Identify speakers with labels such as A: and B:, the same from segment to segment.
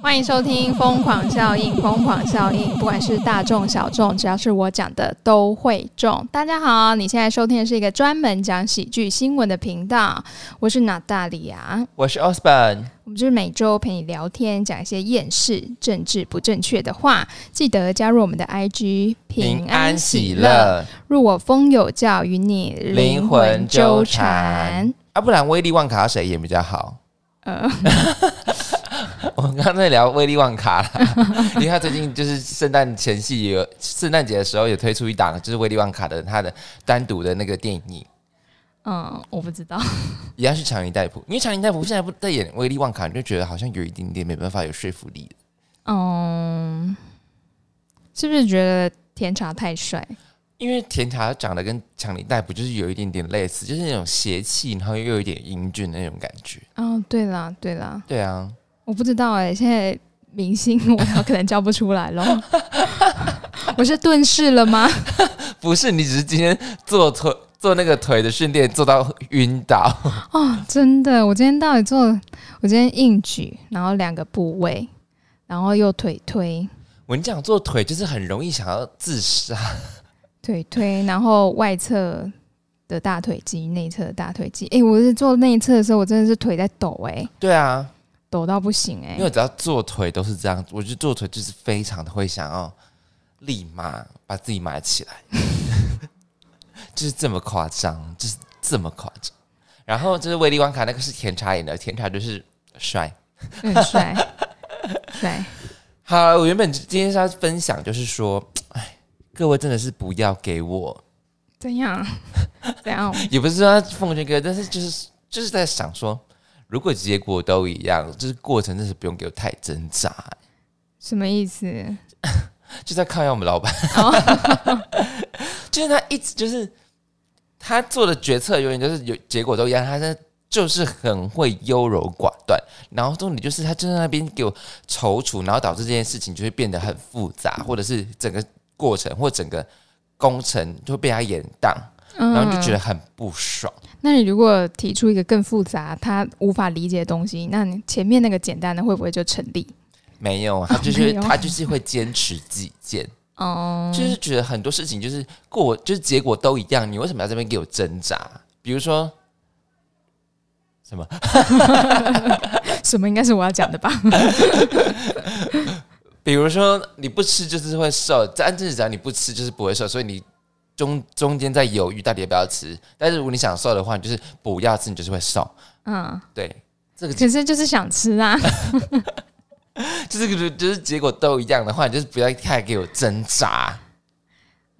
A: 欢迎收听《疯狂效应》，疯狂效应，不管是大众小众，只要是我讲的都会中。大家好，你现在收听的是一个专门讲喜剧新闻的频道，我是娜大里亚。
B: 我是 Osborn，
A: 我们就是每周陪你聊天，讲一些厌世、政治不正确的话。记得加入我们的 IG，
B: 平安喜乐，
A: 入我风有教，与你
B: 灵魂纠缠。啊，不然威力旺卡谁演比较好？
A: 呃，
B: 我们刚刚在聊威力旺卡啦， 因为他最近就是圣诞前夕有圣诞节的时候有推出一档就是威力旺卡的他的单独的那个电影，
A: 嗯，我不知道。
B: 也要去长林戴普，因为长林戴普现在不在演威力旺卡，你就觉得好像有一点点没办法有说服力。
A: 嗯，是不是觉得甜茶太帅？
B: 因为甜茶长得跟长林戴普就是有一点点类似，就是那种邪气，然后又有一点英俊的那种感觉。
A: 哦，对啦，对啦，
B: 对啊，
A: 我不知道哎、现在明星我可能叫不出来咯。 我是遁世了吗？
B: 不是你只是今天做腿做那个腿的训练做到晕倒，
A: 哦，真的，我今天到底做了？我今天硬举，然后两个部位，然后又腿推、
B: 我跟你讲，做腿就是很容易想要自杀。
A: 腿推，然后外侧的大腿肌、内侧的大腿肌。诶，我是做内侧的时候，我真的是腿在抖、诶，
B: 对啊，
A: 抖到不行、欸诶。
B: 因为我只要做腿都是这样，我就做腿就是非常的会想要立马把自己埋起来， 就是这么夸张，就是这么夸张。然后就是威利旺卡那个是甜茶演的，甜茶就是帅。
A: 很帅，帅，
B: 好，我原本今天是要分享，就是说，哎，各位真的是不要给我
A: 怎样？ 怎样？
B: 也不是说他奉劝哥，但是就是就是在想说，如果结果都一样，就是过程真是不用给我太挣扎、
A: 什么意思？
B: 就在靠压我们老板， 就是他一直就是他做的决策永远就是有结果都一样，他真的就是很会优柔寡断，然后重点就是他就在那边给我踌躇，然后导致这件事情就会变得很复杂，或者是整个过程或整个工程就会被他延宕，
A: 嗯
B: 然后就觉得很不爽。
A: 那你如果提出一个更复杂、他无法理解的东西，那你前面那个简单的会不会就成立？
B: 没有，啊他就是
A: 没有
B: 他就是会坚持己见，
A: 哦、
B: 就是觉得很多事情就是过就是结果都一样，你为什么要这边给我挣扎？比如说什么？
A: 什么应该是我要讲的吧？
B: 比如说你不吃就是会瘦，但是只要你不吃就是不会瘦，所以你中中间在犹豫到底要不要吃。但是如果你想瘦的话，你就是不要吃，你就是会瘦。
A: 嗯，
B: 对，这个
A: 可是 就是想吃 啊。
B: 就是就是就是结果都一样的话，你就是不要太给我挣扎。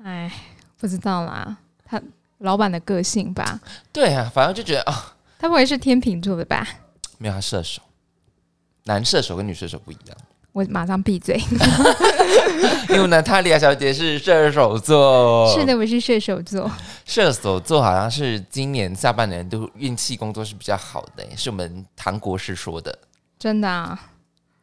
A: 哎，不知道啦，他老板的个性吧，
B: 对啊，反正就觉得啊、
A: 他不会是天秤座的吧？
B: 没有他射手，男射手跟女射手不一样。
A: 我马上闭嘴。
B: 因为呢，塔利亚小姐是射手座，
A: 是，的，我是射手座。
B: 射手座好像是今年下半年都运气工作是比较好的、是我们唐国师说的，
A: 真的啊，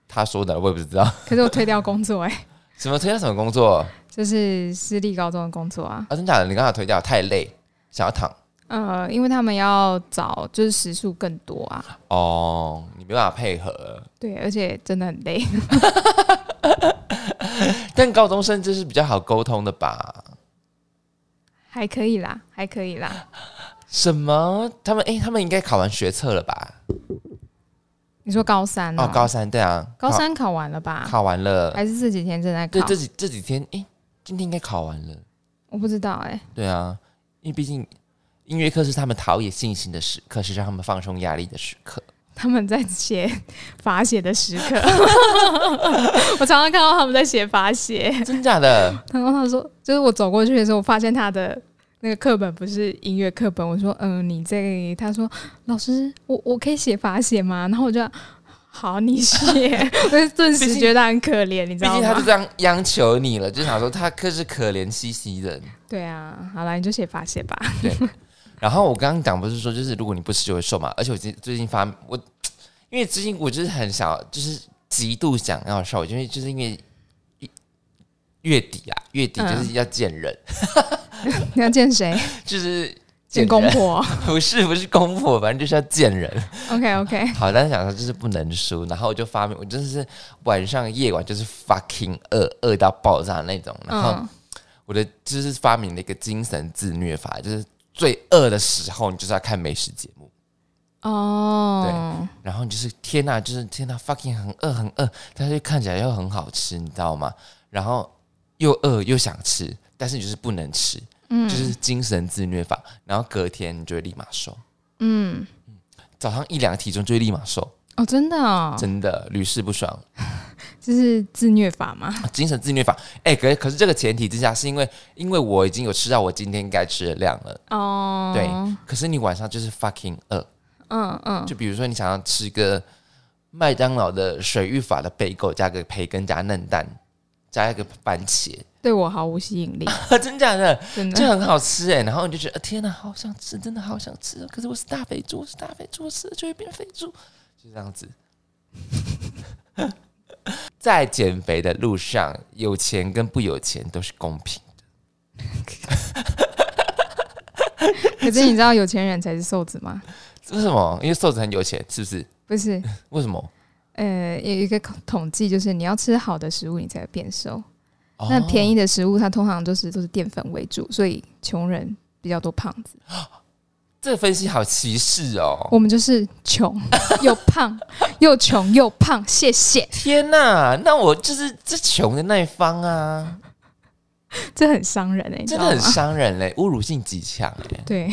B: 他说的我也不知道。
A: 可是我推掉工作哎、
B: 什么推掉什么工作
A: 就是私立高中的工作啊。
B: 啊？真假的？你刚好推掉太累，想要躺
A: 呃，因为他们要找就是时数更多啊，
B: 哦，你没办法配合。
A: 对，而且真的很累。
B: 但高中生就是比较好沟通的吧？
A: 还可以啦，还可以啦。
B: 什么？他们哎、他们应该考完学测了吧？
A: 你说高三
B: 哦
A: 哦，，
B: 高三对啊，
A: 高三考完了吧
B: 考？考完了，
A: 还是这几天正在考
B: 对，？这几这几天哎、今天应该考完了。
A: 我不知道哎、
B: 对啊，因为毕竟音乐课是他们陶冶性情的时刻，是让他们放松压力的时 刻。
A: 他们在写 罚写的时刻， 我常常看到他们在写罚写。
B: 真假的？
A: 然后他说，就是我走过去的时候，我发现他的那个课本不是音乐课本。我说，嗯，你这个……他说，老师，我我可以写罚写吗？然后我就，好，你写。 我就顿时觉得他很可怜，你知
B: 毕
A: 道
B: 竟他就
A: 吗？
B: 这样央求你了，就想说他可是可怜兮兮的。
A: 对啊，好了，你就写罚写吧。
B: 然后我刚刚讲不是说，就是如果你不吃就会瘦嘛，而且我最最近发我，因为最近我就是很想，就是极度想要瘦，因为就是因为一
A: 嗯
B: 月底啊，月底就是要见人，
A: 你要见谁？
B: 就是
A: 见
B: 见
A: 公
B: 人
A: 婆。
B: 不是不是公婆，反正就是要见人。
A: OK OK，
B: 好，但是想说就是不能输，然后我就发明，我真的是晚上夜晚就是 fucking 饿，饿到爆炸那种。然后
A: 嗯，
B: 我的就是发明了一个精神自虐法，就是最饿的时候你就是要看美食节目，
A: 哦，
B: 然后你就是天呐、就是天呐、f u c k i n g 很饿很饿，但是看起来又很好吃，你知道吗？然后又饿又想吃，但是你就是不能吃，
A: 嗯
B: 就是精神自虐法。然后隔天你就会立马瘦，
A: 嗯，
B: 早上一量体重就会立马瘦，
A: 哦，真的哦，
B: 真的屡试不爽。
A: 这是自虐法吗？
B: 精神自虐法，哎、可可是这个前提之下，是因为因为我已经有吃到我今天该吃的量了，
A: 哦，
B: 对。可是你晚上就是 fucking 饿，
A: 嗯嗯，
B: 就比如说你想要吃个麦当劳的水浴法的贝狗，加个培根加嫩蛋，加一个番茄，
A: 对我毫无吸引力，
B: 真假的
A: 真
B: 就
A: 的。
B: 很好吃哎、然后你就觉得、呃天哪，好想吃，真的好想吃哦，可是我是大肥猪，我是大肥猪，我吃了就会变肥猪，就这样子。 在减肥的路上，有钱跟不有钱都是公平。
A: 可是你知道有钱人才是瘦子吗？
B: 为什么？因为瘦子很有钱，是不是？
A: 不是，
B: 为什么？
A: 呃，有一个统计就是你要吃好的食物，你才会变瘦。那便
B: 宜
A: 宜的食物，它通常都是都是淀粉为主，所以穷人比较多胖子。
B: 这个分析好歧视哦！
A: 我们就是 穷又胖，又穷又胖，谢谢，
B: 天哪，那我就是这穷的那一方啊，
A: 这很伤人哎、你知
B: 真
A: 道
B: 的
A: 吗
B: 很？伤人嘞，侮辱性极强哎，
A: 对，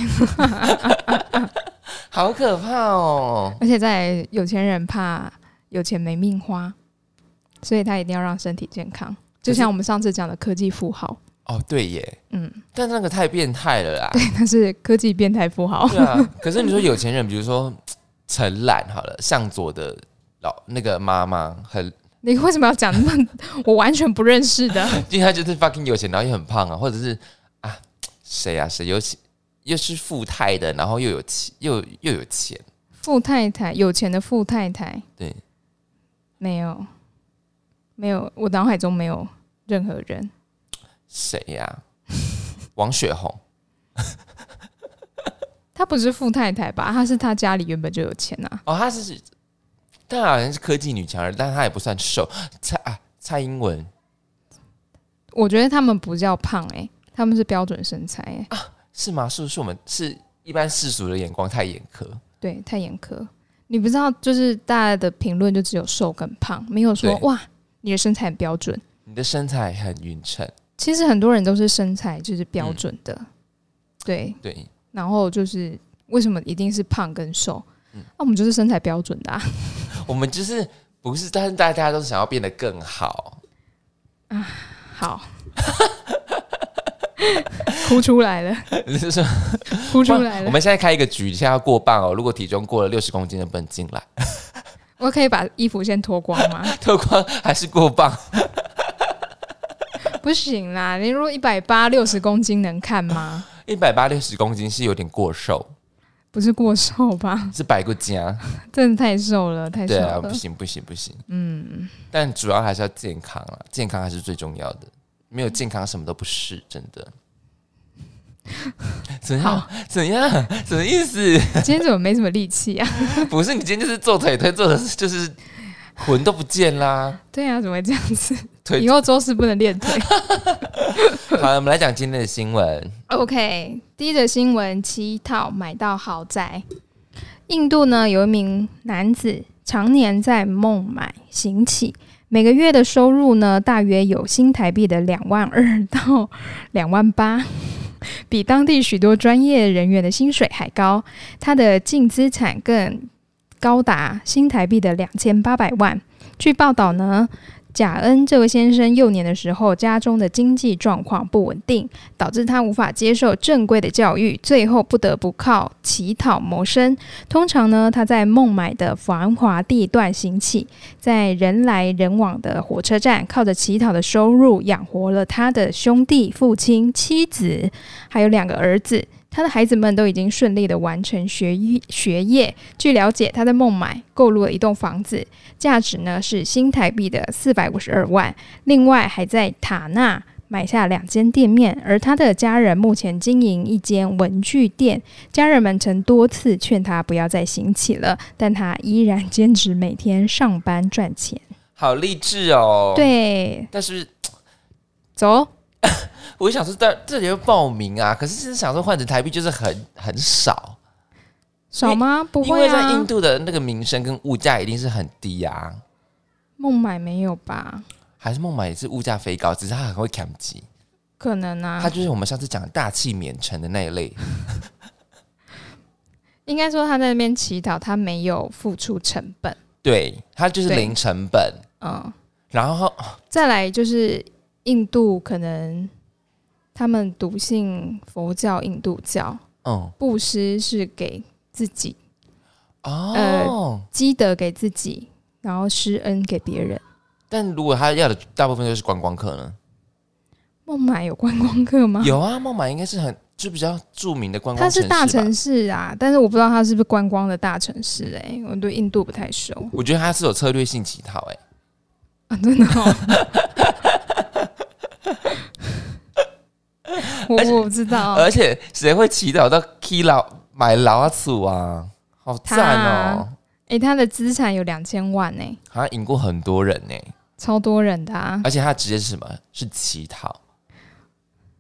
B: 好可怕哦！
A: 而且在有钱人怕有钱没命花，所以他一定要让身体健康。就像我们上次讲的科技富豪，
B: 哦，对耶，
A: 嗯，
B: 但那个太变态了啦。
A: 他是科技变态富豪，
B: 对啊，可是你说有钱人，比如说陈岚好了，向佐的老那个妈妈很
A: 你为什么要讲那么我完全不认识的？
B: 因为他就是 fucking 有钱，然后又很胖啊，或者是啊谁啊谁，尤其又是富态的，然后又有钱又又有钱，
A: 富太太，有钱的富太太，
B: 对，
A: 没有，没有，我脑海中没有任何人。
B: 谁呀、王雪红
A: 她不是富太太吧？她是她家里原本就有钱啊。
B: 哦，她是，但好像是科技女强人，但她也不算瘦。蔡啊，蔡英文
A: 我觉得他们不叫胖哎、他们是标准身材哎、
B: 是吗？是不是我们是一般世俗的眼光太严苛？
A: 对，太严苛。你不知道，就是大家的评论就只有瘦跟胖，没有说
B: 对
A: 哇你的身材很标准。
B: 你的身材很匀称，
A: 其实很多人都是身材就是标准的，
B: 嗯
A: 对。
B: 对，
A: 然后就是为什么一定是胖跟瘦？
B: 嗯
A: 那、我们就是身材标准的啊。
B: 我们就是不是，但是大家都想要变得更好。
A: 好，哭出来了，
B: 你是说
A: 哭出来
B: 我
A: 了。
B: 们现在开一个局，现在要过磅哦。如果体重过了六十公斤的，不能进来。
A: 我可以把衣服先脱光吗？
B: 特光还是过磅，
A: 不行啦，你如果一百八六十公斤能看吗？
B: 一百八六十公斤是有点过瘦，
A: 不是过瘦吧？
B: 是白过家。
A: 真的太瘦了，太瘦
B: 对啊，
A: 了。
B: 不行不行不行。
A: 嗯，
B: 但主要还是要健康啊，健康还是最重要的。没有健康，什么都不是，真 的。怎样
A: 好？
B: 怎样？什么意思？
A: 今天怎么没什么力气啊？
B: 不是你今天就是做腿推，做的就是魂都不见啦。
A: 对啊，怎么会这样子？
B: 腿
A: 以后周四不能练腿。
B: 好，我们来讲今天的新闻。
A: OK，第一则新闻：乞讨买到豪宅。印度呢，有一名男子常年在孟买行乞，每个月的收入呢，大约有新台币的两万二到两万八，比当地许多专业人员的薪水还高。他的净资产更高达新台币的两千八百万。据报道呢，贾恩这位先生幼年的时候，家中的经济状况不稳定。导致他无法接受正规的教育，最后不得不靠乞讨谋生。通常呢，他在孟买的繁华地段行乞，在人来人往的火车站，靠着乞讨的收入养活了他的兄弟、父亲、妻子，还有两个儿子。他的孩子们都已经顺利的完成学业学业。据了解，他在孟买购入了一栋房子，价值呢是新台币的四百五十二万。另外还在塔纳买下两间店面，而他的家人目前经营一间文具店。家人们曾多次劝他不要再行乞了，但他依然坚持每天上班赚钱。
B: 好励志哦。，
A: 对，
B: 但是
A: 走，
B: 我想说这这里要报名啊，可是真的想说换成台币就是很很少，
A: 少吗？不
B: 因
A: 会
B: 为在印
A: 啊，
B: 度的那个民生跟物价一定是很低啊。
A: 孟买没有吧？
B: 还是孟买也是物价飞高，只是他很会砍鸡，
A: 可能啊
B: 他，就是我们上次讲的大器免成的那一类。
A: 应该说他在那边祈祷，他没有付出成本。
B: 对，他就是
A: 对
B: 零成本，
A: 嗯，
B: 然后
A: 再来就是印度可能他们笃信佛教、印度教，
B: 嗯
A: 布施是给自己，
B: 哦，
A: 积德给自己，然后施恩给别人。
B: 但如果他要的大部分都是观光客呢？
A: 孟买有观光客吗？
B: 有啊，孟买应该是很就比较著名的观
A: 它
B: 光城
A: 是
B: 市
A: 大
B: 吧
A: 城市啊，但是我不知道它是不是观光的大城市哎、我对印度不太熟
B: 我觉得他是有策略性乞讨、欸，
A: 啊，真的、 哦。我我不知道，
B: 而且谁会乞讨到 K 老买老鼠啊？好赞哦！
A: 哎、他的资产有两千万哎、
B: 好像赢过很多人呢、
A: 超多人的啊，
B: 而且他的职业是什么？是乞讨，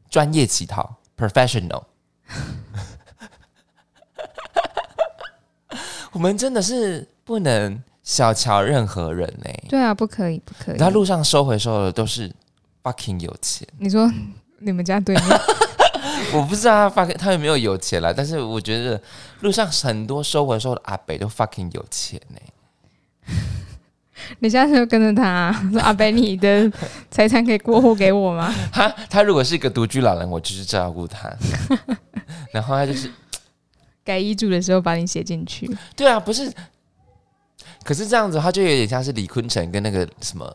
B: 专业乞讨，professional。我们真的是不能小瞧任何人欸呢、
A: 对啊，不可以，不可以。
B: 在路上收回收的都是 fucking 有钱，
A: 你说你们家对面
B: 我不知道他 fucking 他有没有有钱啦，但是我觉得路上很多收回收的阿北都 fucking 有钱呢、
A: 你下次就跟着他、啊说阿北，你的财产可以过户给我吗？
B: 他他如果是一个独居老人，我就是照顾他， 然后他就是
A: 改遗嘱的时候把你写进去。
B: 对啊，不是。可是这样子，他就有点像是李坤城跟那个什么，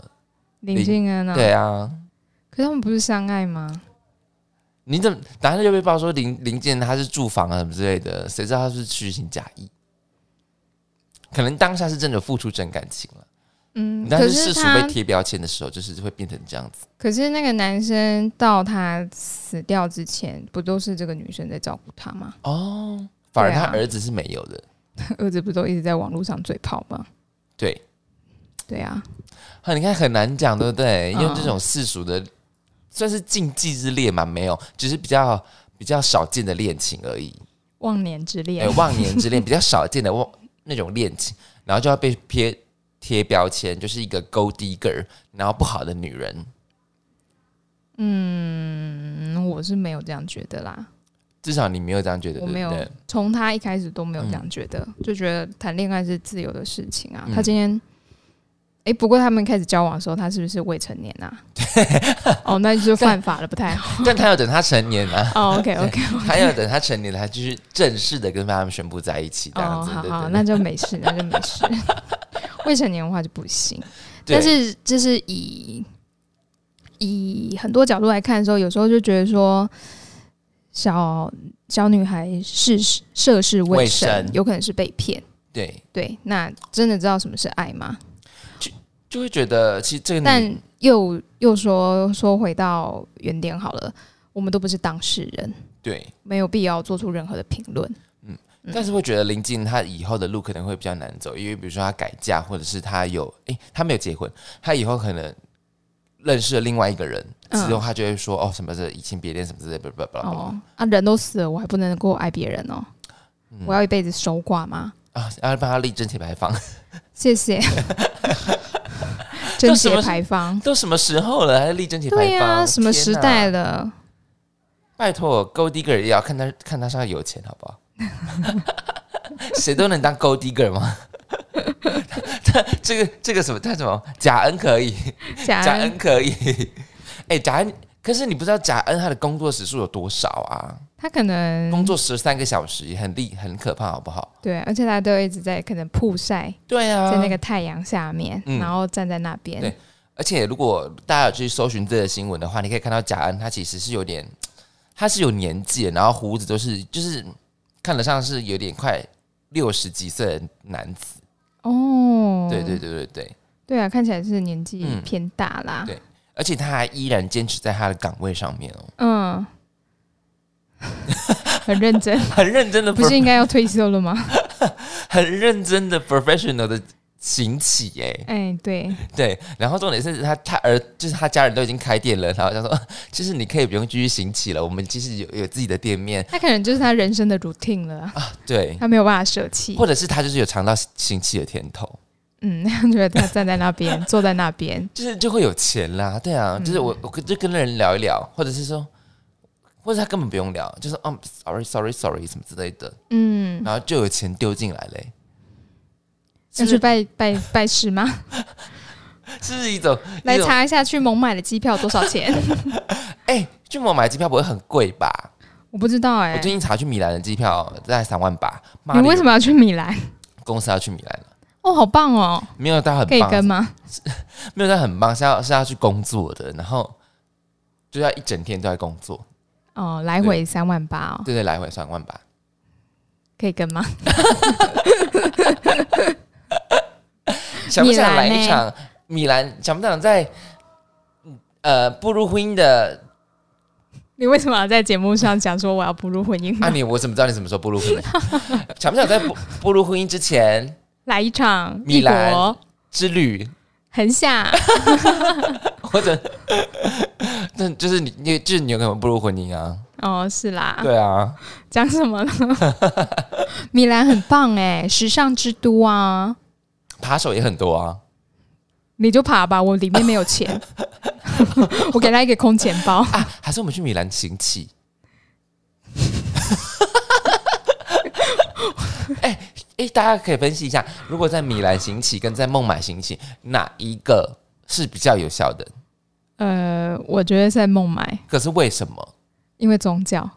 A: 林静恩啊，
B: 对啊，
A: 可是他们不是相爱吗？
B: 你怎么，然后就被爆说林林建他是住房啊什么之类的，谁知道他是虚情假意？可能当下是真的有付出真感情了，
A: 嗯，
B: 但
A: 可
B: 是世
A: 是
B: 俗
A: 他
B: 被贴标签的时候，就是会变成这样子。
A: 可是那个男生到他死掉之前，不都是这个女生在照顾他吗？
B: 哦，反而
A: 对啊
B: 他儿子是没有的，
A: 儿子不都一直在网络上嘴炮吗？
B: 对。
A: 对啊，
B: 啊，你看很难讲，对不对？
A: 嗯
B: 用这种世俗的，算是禁忌之恋嘛，没有，只是比较比较少见的恋情而已。
A: 忘年之
B: 哎、
A: 恋。
B: 忘年之恋 比较少见的忘那种恋情，然后就要被贴贴标签，就是一个 gold digger，然后不好的女人，
A: 嗯，我是没有这样觉得啦，
B: 至少你没有这样觉得，
A: 我
B: 对不
A: 没有
B: 对？
A: 从他一开始都没有这样觉得，就觉得谈恋爱是自由的事情啊。
B: 嗯
A: 他今天，哎、不过他们开始交往的时候，他是不是未成年 啊？哦，那就犯法了，不太好。
B: 但他要等他成年啊，
A: 哦，OK OK，
B: 他要等他成年了，他就是正式的跟他们宣布在一起，这样
A: 哦，
B: 子，
A: 好
B: 对
A: 好，
B: 对
A: 那
B: 对
A: 就没事，那就没 事。未成年的话就不行，
B: 对。
A: 但是就是以以很多角度来看的时候，有时候就觉得说小小女孩涉世涉世未
B: 未
A: 深
B: 深，
A: 有可能是被骗。
B: 对，
A: 对，那真的知道什么是爱吗？
B: 就会觉得其实这个女
A: 但又又说说回到原点好了，我们都不是当事人，
B: 对。
A: 没有必要做出任何的评论。嗯
B: 但是会觉得林静她以后的路可能会比较难走，因为比如说她改嫁，或者是她有诶，她没有结婚，她以后可能认识了另外一个人之
A: 嗯
B: 后，她就会说、哦什么这移情别恋什么之类，不不不
A: 哦
B: 不，
A: 啊，人都死了，我还不能够爱别人哦？
B: 嗯
A: 我要一辈子守寡吗？
B: 啊，然后帮她立正铁牌坊，
A: 谢谢。贞洁牌坊，
B: 都什么时候了还立正铁牌坊？
A: 对呀、什么时
B: 天哪？
A: 代了？
B: 拜托，Gold Digger 也要看他看他上有钱好不好？ 谁都能当 Gold Digger 吗？ 他他这个这个什么他什么贾恩可以。
A: 贾
B: 贾
A: 恩
B: 恩可以。 哎、贾恩，可是你不知道贾恩他的工作时数有多少啊？
A: 他可能
B: 工作十三个小时也很厉，很可怕，好不好？
A: 对，而且他都一直在可能曝晒
B: 对啊，
A: 在那个太阳下面，
B: 嗯
A: 然后站在那边。
B: 对而且如果大家有去搜寻这个新闻的话，你可以看到贾恩他其实是有点，他是有年纪的，然后胡子都是就是看得上是有点快六十几岁的男子。
A: 哦，嗯
B: 对对对对对。
A: 对啊，看起来是年纪
B: 嗯
A: 偏大啦。
B: 对而且他还依然坚持在他的岗位上面哦，
A: 嗯，很认真，
B: 很认真的，
A: 不是应该要退休了吗？
B: 很认真的 professional 的行起哎、
A: 哎，对，
B: 对，然后重点是他他儿就是他家人都已经开店了，然后他说其实你可以不用继续行起了，我们其实有有自己的店面，
A: 他可能就是他人生的 routine 了啊，
B: 对，
A: 他没有办法舍弃。
B: 或者是他就是有尝到行起的甜头，
A: 嗯， 觉得他站在那 边，坐在那边，
B: 就是就会有钱啦，对啊，就是
A: 嗯
B: 我我跟就跟人聊一聊，或者是说，或者他根本不用聊，就是嗯、s o r r y sorry sorry 什么之类的，
A: 嗯，
B: 然后就有钱丢进来嘞、是
A: 要
B: 不
A: 去
B: 是
A: 拜拜拜师吗？
B: 是不是一种
A: 来
B: 一种
A: 查一下去蒙买的机票多少 钱？
B: 哎、去我买机票不会很贵吧？
A: 我不知道哎、
B: 我最近查去米兰的机票大概三万八，妈
A: 你
B: 的
A: 为什么要去米兰？
B: 公司要去米兰了？
A: 哦，好棒哦，
B: 没有到很
A: 可以
B: 棒，
A: 跟吗？
B: 没有到很棒，是要是要去工作的，然后就要一整天都在工作，
A: 哦，来回三万八哦，
B: 对对，来回三万八。
A: 可以跟吗？
B: 想不想来
A: 米兰
B: 一
A: 呢
B: 场米兰？想不想在呃步入婚姻的？
A: 你为什么要在节目上讲说我要步入婚姻
B: 啊
A: 吗？
B: 你，我怎么知道你什么时候步入婚 姻？想不想在步步入婚姻之前
A: 来一场
B: 米
A: 异
B: 兰
A: 国，
B: 之旅？
A: 很 想，
B: 或者， 那就是你，你就是你有可能步入婚姻啊？
A: 哦，是啦，
B: 对啊，
A: 讲什么 呢？米兰很棒哎、时尚之都啊，
B: 扒手也很多啊。
A: 你就爬吧，我里面没有钱， 我给他一个空钱包。
B: 啊，还是我们去米兰行乞？ 哎哎，大家可以分析一下，如果在米兰行乞跟在孟买行乞，哪一个是比较有效的？
A: 呃，我觉得在孟买，
B: 可是为什么？
A: 因为宗教，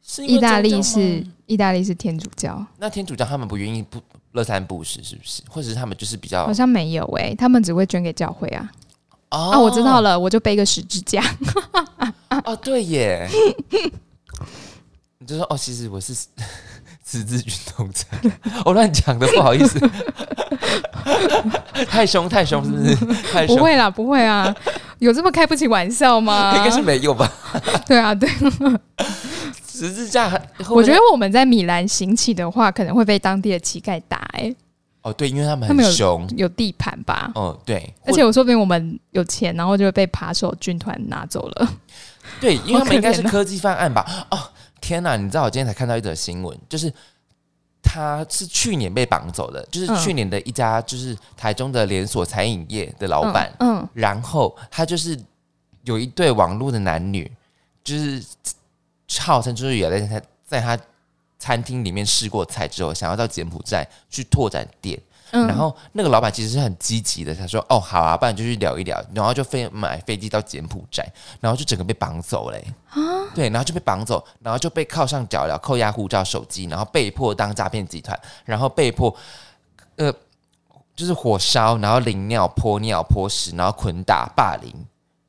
B: 是
A: 意大利是意大利是天主教，
B: 那天主教他们不愿意不乐善不施，是不是？或者是他们就是比较
A: 好像没有哎、他们只会捐给教会啊。
B: 哦
A: 啊，我知道了，我就背个十字 架。
B: 哦，对耶， 你就说哦，其实我是 十字运动者， 我乱讲的，不好意思， 太凶太凶是不是？太
A: 不
B: 凶，
A: 会啦，啊不会啊，有这么开不起玩笑 吗？
B: 应该是没有吧？
A: 对啊，对，
B: 十字架会不会，
A: 我觉得我们在米兰行乞的话，可能会被当地的乞丐打、欸，
B: 哦，对，因为他们
A: 他们
B: 很
A: 有
B: 凶，
A: 有地盘吧？
B: 哦，对，
A: 而且我说不定我们有钱，然后就会被扒手军团拿走了。
B: 对，因为他们应该是
A: 好可怜哦
B: 科技犯案吧？哦，天哪！你知道我今天才看到一则新闻，就是他是去年被绑走的，就是
A: 嗯
B: 去年的一家就是台中的连锁餐饮业的老板，
A: 嗯，嗯，
B: 然后他就是有一对网络的男女，就是号称就是也在他在他餐厅里面试过菜之后，想要到柬埔寨去拓展店。
A: 嗯
B: 然后那个老板其实是很积极的，他说：“哦，好啊，不然就去聊一聊。”然后就飞买飞机到柬埔寨，然后就整个被绑走嘞、对，然后就被绑走，然后就被铐上脚镣，扣押护照、手机，然后被迫当诈骗集团，然后被迫呃就是火烧，然后淋尿、泼尿、泼屎，然后捆打、霸凌，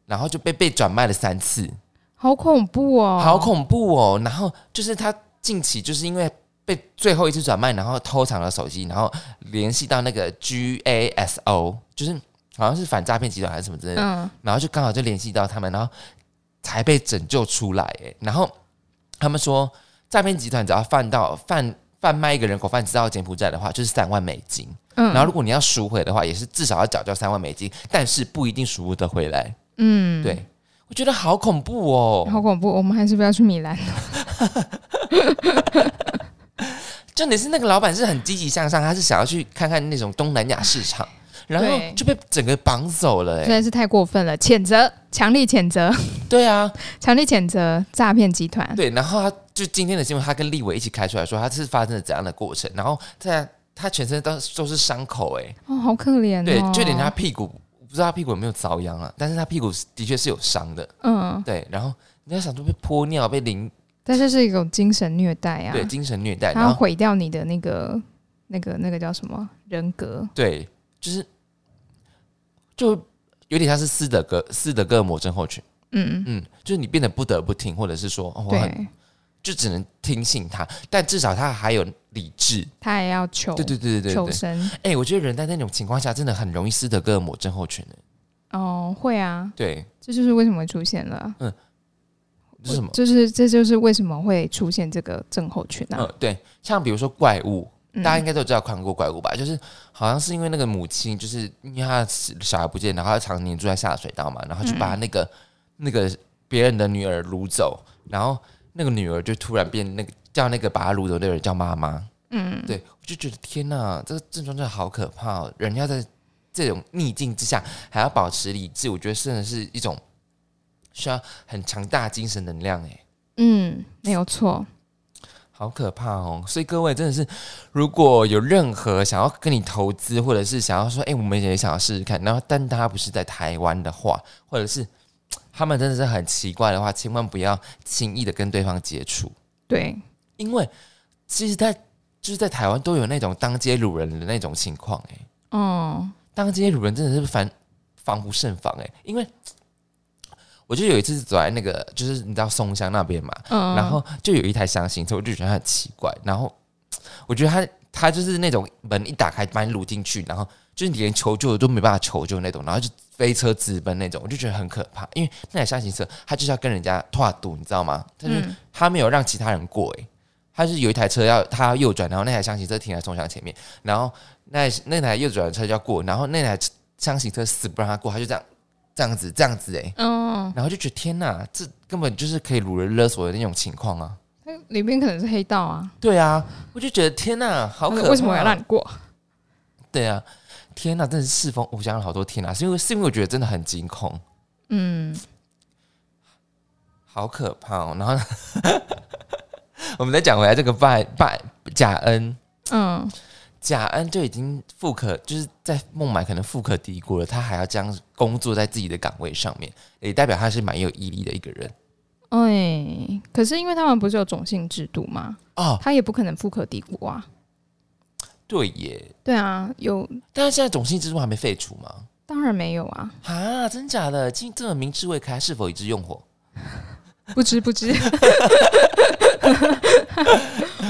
B: 然后就被被转卖了三次，
A: 好恐怖哦，
B: 好恐怖哦！然后就是他近期就是因为被最后一次转卖，然后偷藏了手机，然后联系到那个 GASO，就是好像是反诈骗集团还是什么之类的，
A: 嗯，
B: 然后就刚好就联系到他们，然后才被拯救出来。哎，然后他们说，诈骗集团只要贩到贩贩卖一个人口贩子到柬埔寨的话，就是三万美金。
A: 嗯
B: 然后如果你要赎回的话，也是至少要缴交三万美金，但是不一定赎得回来。
A: 嗯，
B: 对、我觉得好恐怖哦，
A: 好恐怖，我们还是不要去米兰。
B: 重点是那个老板是很积极向上，他是想要去看看那种东南亚市场，然后
A: 对
B: 就被整个绑走了、
A: 实
B: 欸。
A: 在是太过分了，谴责，强力谴责，
B: 对啊，
A: 强力谴责诈骗集团。
B: 对，然后他就今天的新闻，他跟立伟一起开出来说他是发生了怎样的过程，然后在他全身都都是伤口、欸，
A: 哦，好可怜、哦。
B: 对，就连他屁股，不知道他屁股有没有遭殃啊，但是他屁股是的确是有伤的，
A: 嗯，
B: 对，然后你要想说被泼尿、被淋，
A: 但这是一种精神虐待啊，
B: 对，精神虐待，
A: 他
B: 然
A: 要
B: 后
A: 毁掉你的那个、那个、那个叫什么人格？
B: 对，就是就有点像是斯德哥斯德哥尔摩症候群。
A: 嗯，
B: 嗯，就是你变得不得不听，或者是说，哦、我很
A: 对，
B: 就只能听信他，但至少他还有理智。
A: 他也要求
B: 对对对对对
A: 求
B: 对，
A: 生。
B: 哎、我觉得人在那种情况下真的很容易斯德哥尔摩症候群的，
A: 哦，会啊，
B: 对，
A: 这就是为什么会出现了。
B: 是什么？
A: 就是这就是为什么会出现这个症候群啊。
B: 嗯，对，像比如说怪物，
A: 嗯
B: 大家应该都知道看过怪物吧？就是好像是因为那个母亲，就是因为她的小孩不见，然后她常年住在下水道嘛，然后就把那个、
A: 嗯
B: 那个别人的女儿掳走，然后那个女儿就突然变那个叫那个把她掳走的人叫妈妈。
A: 嗯，
B: 对，我就觉得天哪，这个症状真的好可怕、哦！人要在这种逆境之下还要保持理智，我觉得真的是一种需要很强大的精神能量哎。
A: 嗯，没有错。
B: 好可怕哦！所以各位真的是，如果有任何想要跟你投资，或者是想要说，哎、我们也想要试试看，然后但他不是在台湾的话，或者是他们真的是很奇怪的话，千万不要轻易的跟对方接触，
A: 对，
B: 因为其实在就是在台湾都有那种当街掳人的那种情况，哎，
A: 哦，
B: 当街掳人真的是防防不胜防，哎，因为我就有一次走在那个就是你知道松江那边嘛，
A: 嗯，
B: 然后就有一台箱型车，我就觉得它很奇怪。然后我觉得它它就是那种门一打开把你掳进去，然后就是你连求救都没办法求救那种，然后就飞车直奔那种，我就觉得很可怕。因为那台箱型车它就是要跟人家跨赌，你知道吗？它就是
A: 嗯
B: 它没有让其他人过、欸，它是有一台车要它要右转，然后那台箱型车停在中箱前面，然后那那台右转的车就要过，然后那台箱型车死不让它过，它就这样这样子这样子哎、欸
A: 嗯，
B: 然后就觉得天哪，这根本就是可以掳人勒索的那种情况啊！
A: 它里面可能是黑道啊，
B: 对啊，我就觉得天哪，好
A: 他
B: 可怕
A: 说
B: 啊！
A: 为什么我要让你过？
B: 对啊，天哪，真的是世风，我想了好多天啊，是因为是因为我觉得真的很惊恐，
A: 嗯，
B: 好可怕哦。然后 我们再讲回来这个拜拜贾恩，
A: 嗯，
B: 贾恩就已经富可就是在孟买可能富可敌国了，他还要这样工作在自己的岗位上面，也代表他是蛮有毅力的一个人
A: 哎，可是因为他们不是有种姓制度吗？
B: 哦。
A: 他也不可能富可敌国啊。
B: 对耶，
A: 对啊，有
B: 但是现在种姓制度还没废除吗？
A: 当然没有啊，
B: 啊，真假的？今这么明智未开，是否一致用火？
A: 不知不知。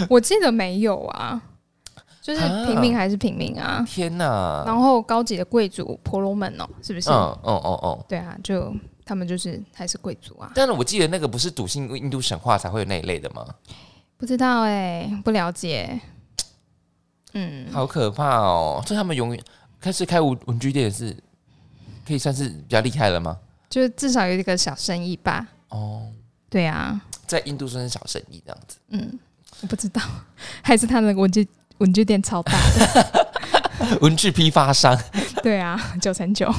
A: 我记得没有啊，就是平民还是平民啊，
B: 天哪！
A: 然后高级的贵族婆罗门哦，是不是？
B: 嗯嗯嗯嗯。
A: 对啊，就他们就是还是贵族啊，
B: 但是我记得那个不是笃信印度神话才会有那一类的吗？
A: 不知道哎、不了解。嗯，
B: 好可怕哦！所以他们永远开始开文文具店也是可以算是比较厉害了吗？
A: 就至少有一个小生意吧。
B: 哦，
A: 对啊，
B: 在印度算是小生意这样子。
A: 嗯，我不知 道，还是他的文具文具店超大的。
B: 文具批发商，
A: 对啊，九乘 九，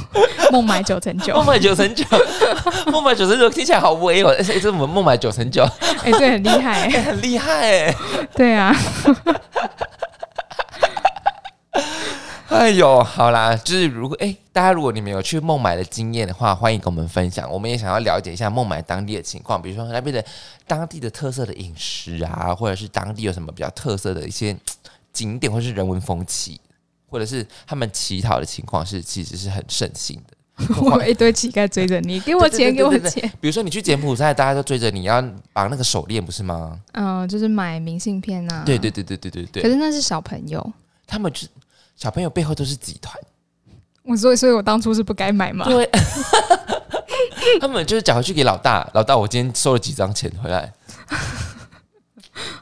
A: 孟买九乘九
B: 孟。买九乘九， 孟买九乘九听起来好威哦！哎、这我们孟买九乘九
A: 哎、对，很厉 害、欸。
B: 很厉害哎！
A: 对啊，
B: 哎呦，好啦，就是如果哎、大家如果你们有去孟买的经验的话，欢迎跟我们分享。我们也想要了解一下孟买当地的情况，比如说那边的当地的特色的饮食啊，或者是当地有什么比较特色的一些嘖景点，或是人文风气，或者是他们乞讨的情况是其实是很盛行的。
A: 我有一堆乞丐追着你，给我钱，
B: 对对对
A: 给我
B: 对对
A: 钱。
B: 比如说你去柬埔寨，大家都追着你要绑那个手链，不是吗？
A: 嗯、就是买明信片啊。
B: 对对对对对对
A: 可
B: 对，
A: 是那是小朋友，
B: 他们就是小朋友背后都是集团。
A: 我所以所以我当初是不该买嘛。
B: 对，他们就是缴回去给老大，老大我今天收了几张钱回来，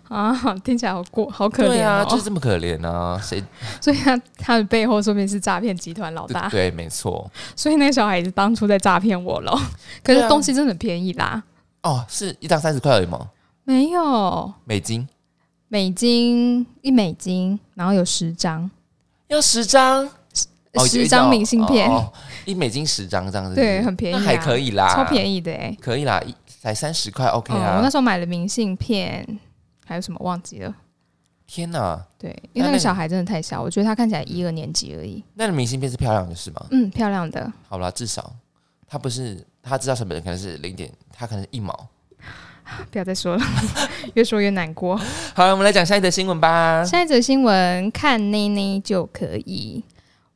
A: 啊，听起来好过，好可
B: 对
A: 怜
B: 啊，
A: 哦。
B: 就是这么可怜啊，谁
A: 所以他他的背后说明是诈骗集团老大
B: 对，对，没错，
A: 所以那个小孩子当初在诈骗我 咯。可
B: 对啊
A: 是东西真的很便宜啦，
B: 哦，是一张三十块而已吗？
A: 没有
B: 美金
A: 美金一美金，然后有十张，
B: 要十张，哦
A: 十张明信片，
B: 有一张哦哦一美金十张这样子，
A: 对，很便宜、
B: 那
A: 啊，
B: 还可以啦，
A: 超便
B: 宜，
A: 宜的哎、
B: 可以啦，一才三十块，OK
A: 哦，我那
B: 啊，
A: 时候买了明信片，还有什么忘记了？
B: 天哪，
A: 对，因为那
B: 那那
A: 个
B: 个
A: 小孩真的太小，我觉得他看起来一二年级而已。
B: 那明信片是漂亮的是吗？
A: 嗯，漂亮的，
B: 好啦，至少他不是他知道成本可能是零点，他可能是一毛。
A: 不要再说了， 越说越难过。
B: 好了，我们来讲下一则新闻吧。
A: 下一则新闻，看妮妮就可以。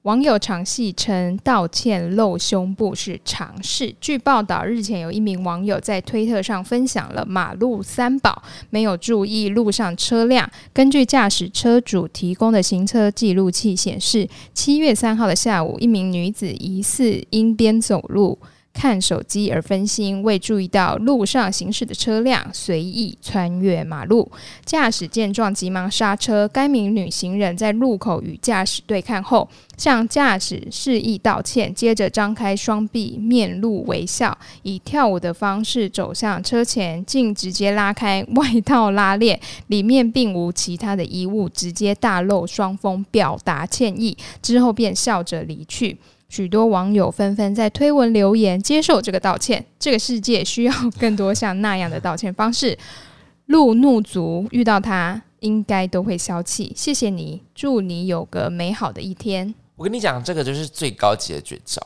A: 网友常戏称道歉露胸部是常事。据报道，日前有一名网友在推特上分享了马路三宝没有注意路上车辆。根据驾驶车主提供的行车记录器显示，七月三号的下午，一名女子疑似因边走路。看手机而分心，未注意到路上行驶的车辆随意穿越马路，驾驶见状急忙刹车。该名女行人在路口与驾驶对看后，向驾驶示意道歉，接着张开双臂，面露微笑，以跳舞的方式走向车前，竟直接拉开外套拉链，里面并无其他的衣物，直接大露双峰，表达歉意，之后便笑着离去。许多网友纷纷在推文留言接受这个道歉。这个世界需要更多像那样的道歉方式。路怒族遇到他，应该都会消气。谢谢你，祝你有个美好的一天，
B: 我跟你讲，这个就是最高级的绝招。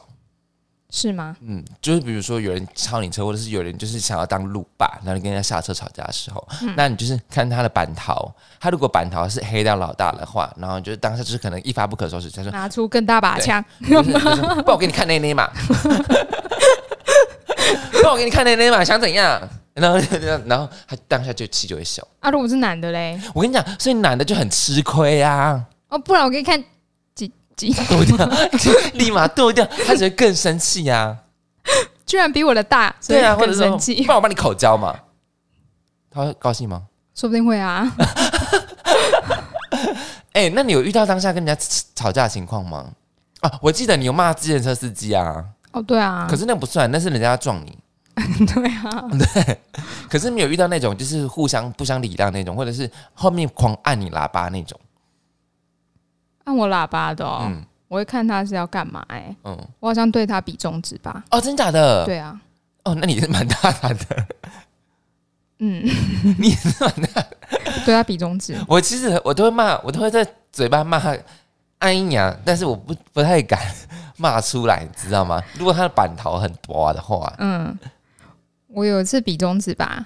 A: 是 吗？
B: 嗯，就是比如说有人超你车，或者是有人就是想要当路霸，然后你跟人家下车吵架的时候，那你就是看他的板桃，他如果板桃是黑到老大的话，然后你就当下就是可能一发不可收拾， 他说
A: 拿出更大把枪，
B: 不是，就是不然我给你看内内嘛，不然我给你看内内嘛，想怎样？然后，然后他当下就气就会消。
A: 啊，如果是男的嘞，
B: 我跟你讲，所以男的就很吃亏啊，
A: 哦，不然我给你看几几，
B: 剁掉，立马剁掉，他只会更生气啊。
A: 居然比我的大，所以
B: 对啊，或者
A: 更
B: 说
A: 生，气
B: 不，然我帮你口交嘛，他会高兴吗？
A: 说不定会 啊。
B: 哎、那你有遇到当下跟人家吵吵架的情况吗？啊，我记得你有骂自行车司机啊，
A: 哦，对啊，
B: 可是那不算，那是人家撞你。
A: 对啊，
B: 可是没有遇到那种就是互相不相礼让那种，或者是后面狂按你喇叭那种。
A: 按我喇叭的哦，
B: 嗯
A: 我会看他是要干嘛、哎，
B: 嗯，
A: 我好像对他比中指吧？
B: 哦，真假的？
A: 对啊，
B: 哦，那你是蛮大胆的。
A: 嗯，对他比中指，
B: 我其实我都会骂，我都会在嘴巴骂安一娘，但是我不不太敢 骂出来，你知道吗？如果他的板头很多的话，
A: 嗯，我有一次比中指吧，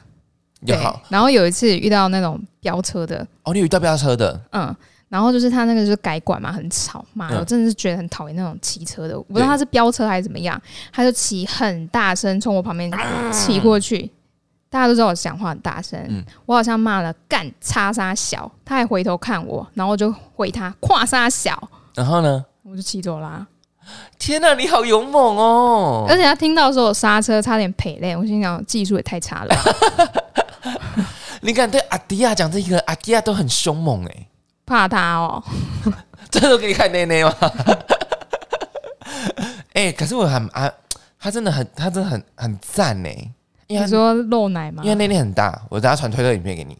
B: 有
A: 对，然后有一次遇到那种飙车的，
B: 哦，你有遇到飙车的，
A: 嗯，然后就是他那个就是改管嘛，很吵嘛，
B: 嗯
A: 我真的是觉得很讨厌那种骑车的，我不知道他是飙车还是怎么样，他就骑很大声从我旁边骑过去。大家都知道我讲话很大声，
B: 啊嗯
A: 我好像骂了“干叉叉小”，他还回头看我，然后我就回他“跨叉小
B: 然后呢？”，
A: 我就骑走啦、啊
B: 天哪、你好勇猛哦！
A: 而且他听到的时候我刹车差点赔泪，我心想技术也太差了吧。
B: 你敢对阿迪亚讲这个，阿迪亚都很凶猛哎、
A: 怕他哦，
B: 这都给你看内内吗？ 哎、可是我很啊，他真的很，他真的很很赞呢、因
A: 你
B: 为他
A: 说露奶吗
B: 因？为内内很大，我等下传推特影片给你。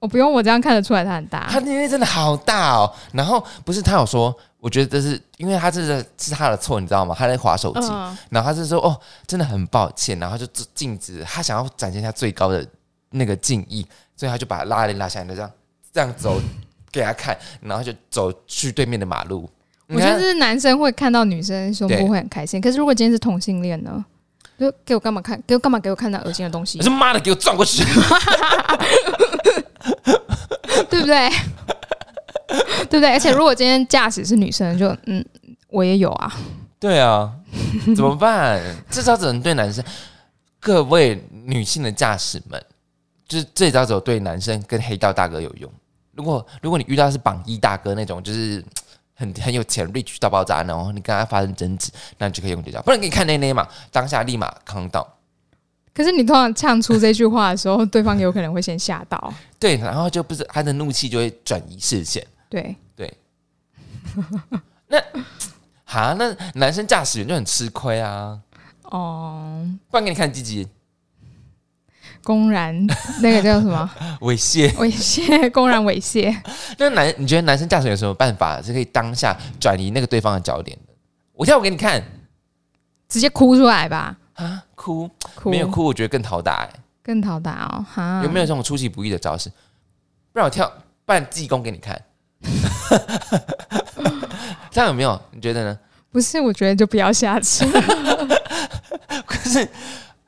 A: 我不用，我这样看得出来他很大
B: 他。内内真的好大哦。然后不是他有说，我觉得这是因为他这是是他的错，你知道吗？他在划手机，
A: 嗯，
B: 然后他是说哦，真的很抱歉，然后就禁止他想要展现他最高的那个敬意，所以他就把拉链拉下来，就这样这样走给他看，然后就走去对面的马路。
A: 我觉得是男生会看到女生胸
B: 对
A: 部会很开心，可是如果今天是同性恋呢？就给我干嘛看？给我干嘛给我看那恶心的东西
B: 你，说妈的，给我撞过去！
A: 对不对？对不对？而且如果今天驾驶是女生，就嗯，我也有啊。
B: 对啊，怎么办？ 这招只能对男生。各位女性的驾驶们，就是这招只有对男生跟黑道大哥有用。如果如果你遇到的是榜一大哥那种，就是很很有钱，rich 到爆炸，然后你跟他发生争执，那你就可以用这招。不然给你看内内嘛，当下立马扛到。
A: 可是你通常唱出这句话的时候，对方有可能会先吓到。
B: 对，然后就不是他的怒气就会转移视线。
A: 对，
B: 哈，那男生驾驶员就很吃亏啊。
A: 哦、
B: 不然给你看鸡鸡，
A: 公然那个叫什 么
B: 猥亵。
A: 猥亵，公然猥亵。
B: 那男，你觉得男生驾驶有什么办法是可以当下转移那个对方的焦点的？我跳舞给你看
A: 直接哭出来吧，
B: 啊，哭
A: 哭
B: 没有哭，我觉得更讨打、欸。
A: 更讨打哦，哈，
B: 有没有这种出其不意的招式？不然我跳，不然济公给你看， 这样有没有？你觉得呢？
A: 不是，我觉得就不要下车，
B: 可是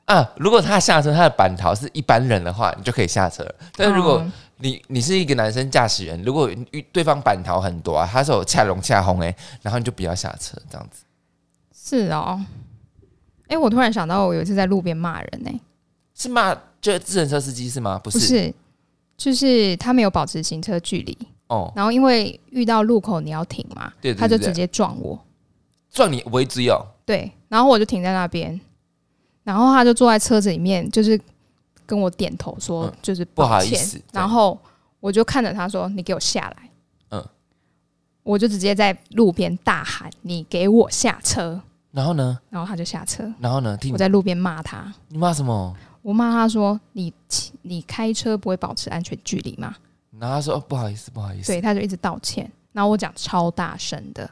B: 啊，如果他下车，他的板桃是一般人的话，你就可以下车。但是如果、
A: 嗯
B: 你你是一个男生驾驶员，如果遇对方板桃很多啊，他手恰龙恰红哎、然后你就不要下车这样子。
A: 是哦。哎、我突然想到，我有一次在路边骂人呢、
B: 是骂就自行车司机是吗？不是，
A: 不是，就是他没有保持行车距离，
B: 哦，
A: 然后因为遇到路口你要停嘛，
B: 对对
A: 他就
B: 对
A: 直接撞我，
B: 撞你为止哦，
A: 对，然后我就停在那边，然后他就坐在车子里面，就是跟我点头说
B: 嗯，
A: 就是、
B: 不好意思
A: 然后我就看着他说：“你给我下来。”
B: 嗯
A: 嗯，我就直接在路边大喊：“你给我下车
B: 然后呢，！”
A: 然后他就下车，
B: 然后呢，听
A: 我在路边骂他，
B: 你骂什么？
A: 我骂他说：“你骑你开车不会保持安全距离吗
B: 然后他说、哦、不好意思，不好意？”思，
A: 对，他就一直道歉，然后我讲超大声的，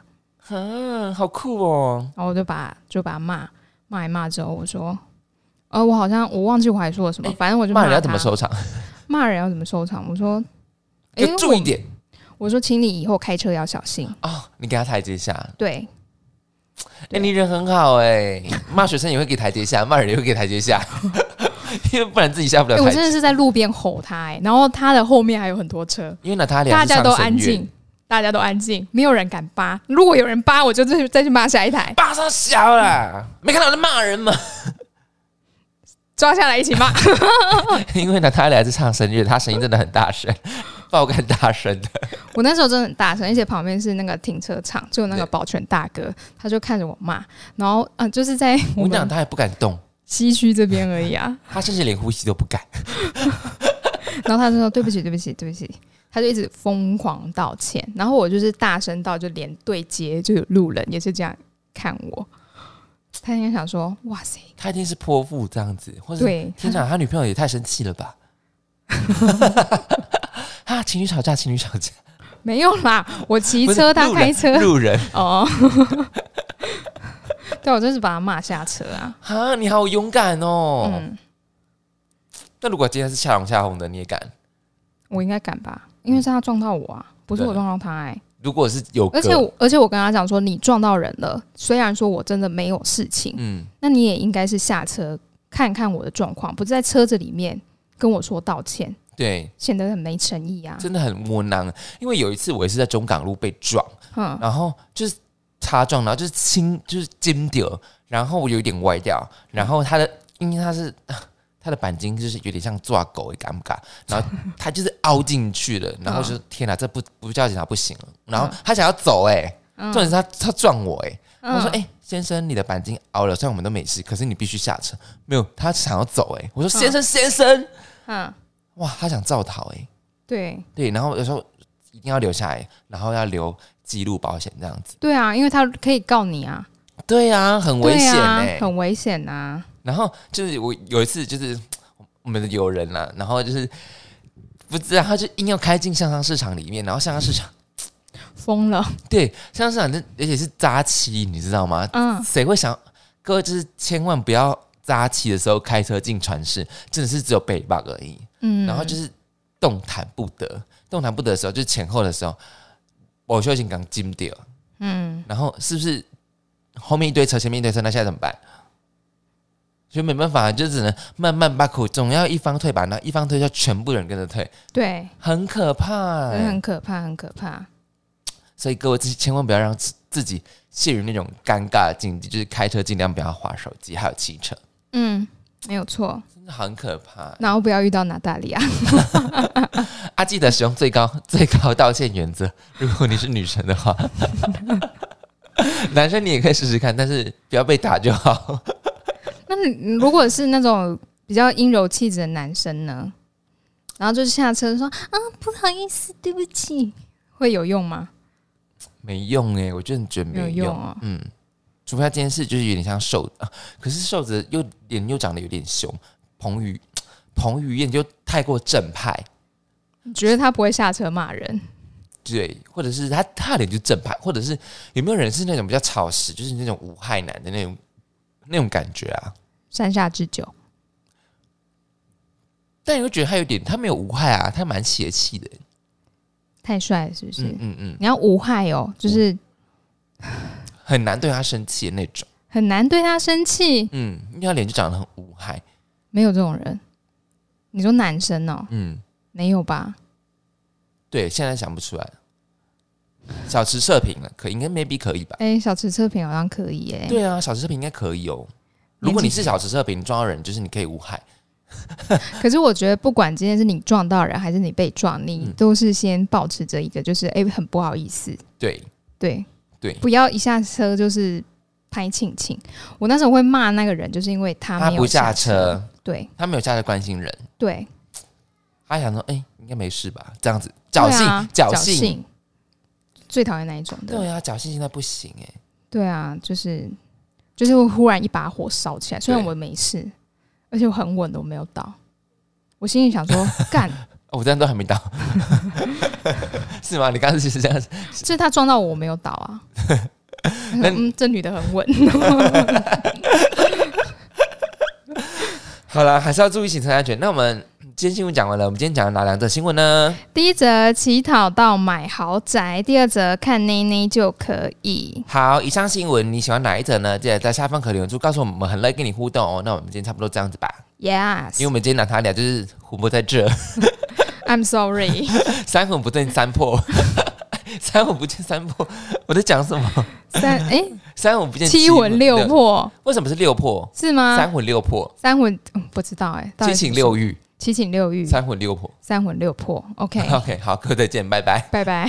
B: 嗯，好酷哦，
A: 然后我就把就把他骂骂一骂之后，我说：“呃，我好像我忘记我还说了什么，反正我就
B: 骂人
A: 他
B: 要怎么收场？
A: 骂人要怎么收场？我说，哎、
B: 就注意点
A: 我，我说，请你以后开车要小心。
B: 哦，你给他台阶下。
A: 对，
B: 哎、
A: 对
B: 你人很好哎、 骂学生也会给台阶下，骂人也会给台阶 下，因为不然自己下不了
A: 哎、
B: 台
A: 我
B: 阶。
A: 真的是在路边吼他、哎，然后他的后面还有很多车，
B: 因为娜塔
A: 大
B: 俩是
A: 家
B: 上
A: 都
B: 神
A: 安
B: 院
A: 静，，大家都安静，没有人敢扒。如果有人扒，我就再去再去骂下一台，
B: 巴上小啦，没看到我在骂人吗？
A: 抓下来一起骂。
B: 因为娜塔俩是唱声乐，她声音真的很大声，爆肝大声的。
A: 我那时候真的很大声，而且旁边是那个停车场，就有那个保全大哥，他就看着我骂，然后嗯、呃就是在
B: 我
A: 我
B: 跟你讲，
A: 们
B: 她也不敢动，
A: 西区这边而已啊。
B: 她甚至连呼吸都不敢。
A: 然后他就说：“对不起，对不起，对不起。”他就一直疯狂道歉，然后我就是大声到就连对接就有路人也是这样看我，他应该想说：“哇塞，
B: 她一定是泼妇这样子，或者
A: 对，
B: 天哪，他女朋友也太生气 了吧！啊，情侣吵架，情侣吵架，
A: 没有啦，我骑
B: 不是
A: 车，他
B: 路人
A: 开车，
B: 路人
A: 哦。” 对，我真是把他骂下车啊！
B: 啊，你好勇敢哦！
A: 嗯，
B: 那如果今天是恰龙恰红的，你也敢？
A: 我应该敢吧，因为是他撞到我啊，不是
B: 对
A: 我撞到他哎、
B: 如果是有，
A: 而且我而且我跟他讲说，你撞到人了，虽然说我真的没有事情，
B: 嗯，
A: 那你也应该是下车看看我的状况，不是在车子里面跟我说道歉，
B: 对，
A: 显得很没诚意啊。
B: 真的很窝囊。因为有一次我也是在中港路被撞，
A: 嗯，
B: 然后就是擦撞，然后就是轻，就是尖掉，然后我有一点歪掉，然后他的，因为他是。他的钣金就是有点像抓狗的尴尬，然后他就是凹进去了，然
A: 嗯
B: 后就天哪，这不不叫警察不行了。然后他想要走、哎、
A: 嗯
B: 重点是他他撞我、哎、
A: 嗯
B: 我说，哎、先生，你的钣金凹了，虽然我们都没事，可是你必须下车。没有，他想要走、哎，我说先生，先生，
A: 嗯，
B: 哇，他想造逃、哎，
A: 对
B: 对，然后有时候一定要留下来，然后要留记录保险这样子。
A: 对啊，因为他可以告你啊，
B: 对啊，很危险哎、
A: 对啊，很危险呐、
B: 然后就是我有一次就是我们的友人啦、然后就是不知道他就硬要开进向上市场里面，然后向上市场
A: 疯 了，
B: 对向上市场那而且是扎漆，你知道吗？
A: 嗯，
B: 谁会想？各位就是千万不要扎漆的时候开车进船市，真的是只有北 bug 而已。
A: 嗯，
B: 然后就是是动弹不得，动弹不得的时候，就是前后的时候，我修行刚金掉，
A: 嗯，
B: 然后是不是后面一堆车，前面一堆车，那现在怎么办？所以没办法，就只能慢慢把苦，总要一方退吧，那一方退就全部人跟着退，
A: 对，
B: 很可怕、
A: 所以很可怕，很可怕。
B: 所以各位自己千万不要让自自己陷于那种尴尬的境地，就是开车尽量不要划手机，还有骑车，
A: 嗯，没有错。
B: 真的很可怕、
A: 然后不要遇到娜大利亚，
B: 啊，记得使用最高 最高道歉原则。如果你是女生的话， 男生你也可以试试看，但是不要被打就好。
A: 那你如果是那种比较阴柔气质的男生呢？然后就是下车说啊，不好意思，对不起，会有用吗？
B: 没用哎、我真的觉得没
A: 没有用哦
B: 嗯，除非他这件事就是有点像瘦子啊，可是瘦子又脸又长得有点凶，彭于彭于晏就太过正派，
A: 你觉得他不会下车骂人？
B: 对，或者是他他的脸就正派，或者是有没有人是那种比较草食，就是那种无害男的那种那种感觉啊？
A: 山下智久，
B: 但你会觉得他有点他没有无害啊，他蛮邪气的、
A: 太帅了，是不是？
B: 嗯嗯嗯。
A: 你要无害哦，就是
B: 很难对他生气的那种。
A: 很难对他生气，
B: 嗯，因为他脸就长得很无害。
A: 没有这种人。你说男生哦，
B: 嗯，
A: 没有吧？
B: 对，现在想不出来。小池测评了，可应该 maybe 可以吧？
A: 哎、小池测评好像可以哎、
B: 对啊，小池测评应该可以哦。如果你是小池测评，你撞到人就是你可以无害。
A: 可是我觉得，不管今天是你撞到人还是你被撞，你
B: 嗯
A: 都是先保持着一个，就是哎、很不好意思，
B: 对
A: 对
B: 对
A: 不要一下车就是拍庆庆。我那时候会骂那个人，就是因为他
B: 他
A: 没有
B: 不下
A: 车
B: 车，，
A: 对
B: 他没有下车关心人，
A: 对，
B: 他想说，哎、应该没事吧？这样子侥幸
A: 对啊，
B: 侥
A: 幸，
B: 幸，
A: 最讨厌那一种的，
B: 对啊，侥幸现在不行哎、
A: 对啊，就是就是会忽然一把火烧起来，虽然
B: 对
A: 我没事，而且我很稳的，我没有倒。我心里想 说，干，
B: 哦，我这样都还没 到，是吗？你刚刚是这样子，
A: 就是他撞到我，我没有倒 啊。
B: 那
A: 嗯，这女的很稳。
B: 好了，还是要注意行车安全。那我们今天新闻讲完了，我们今天讲了哪两则新闻呢？
A: 第一则乞讨到买豪宅，第二则看内内就可以。
B: 好，以上新闻你喜欢哪一则呢？记得在下方可留言处告诉我们，我们很乐意跟你互动哦。那我们今天差不多这样子吧，因为我
A: Yes，I'm
B: 们今天拿他俩就是琥珀在这，
A: sorry。
B: 三魂不正三魄， 三魂不见三魄，我在讲什么？
A: 三 哎、
B: 三魂不见
A: 七魂六，魄
B: 为什么是六魄？
A: 是吗
B: 三？魂六魄，
A: 三魂、嗯、不知道哎、到底
B: 七
A: 是
B: 情
A: 什么
B: 六欲，
A: 七情六欲，
B: 三魂六魄。
A: 三魂六魄。OK，
B: OK，好，各位再见，拜拜。
A: 拜拜。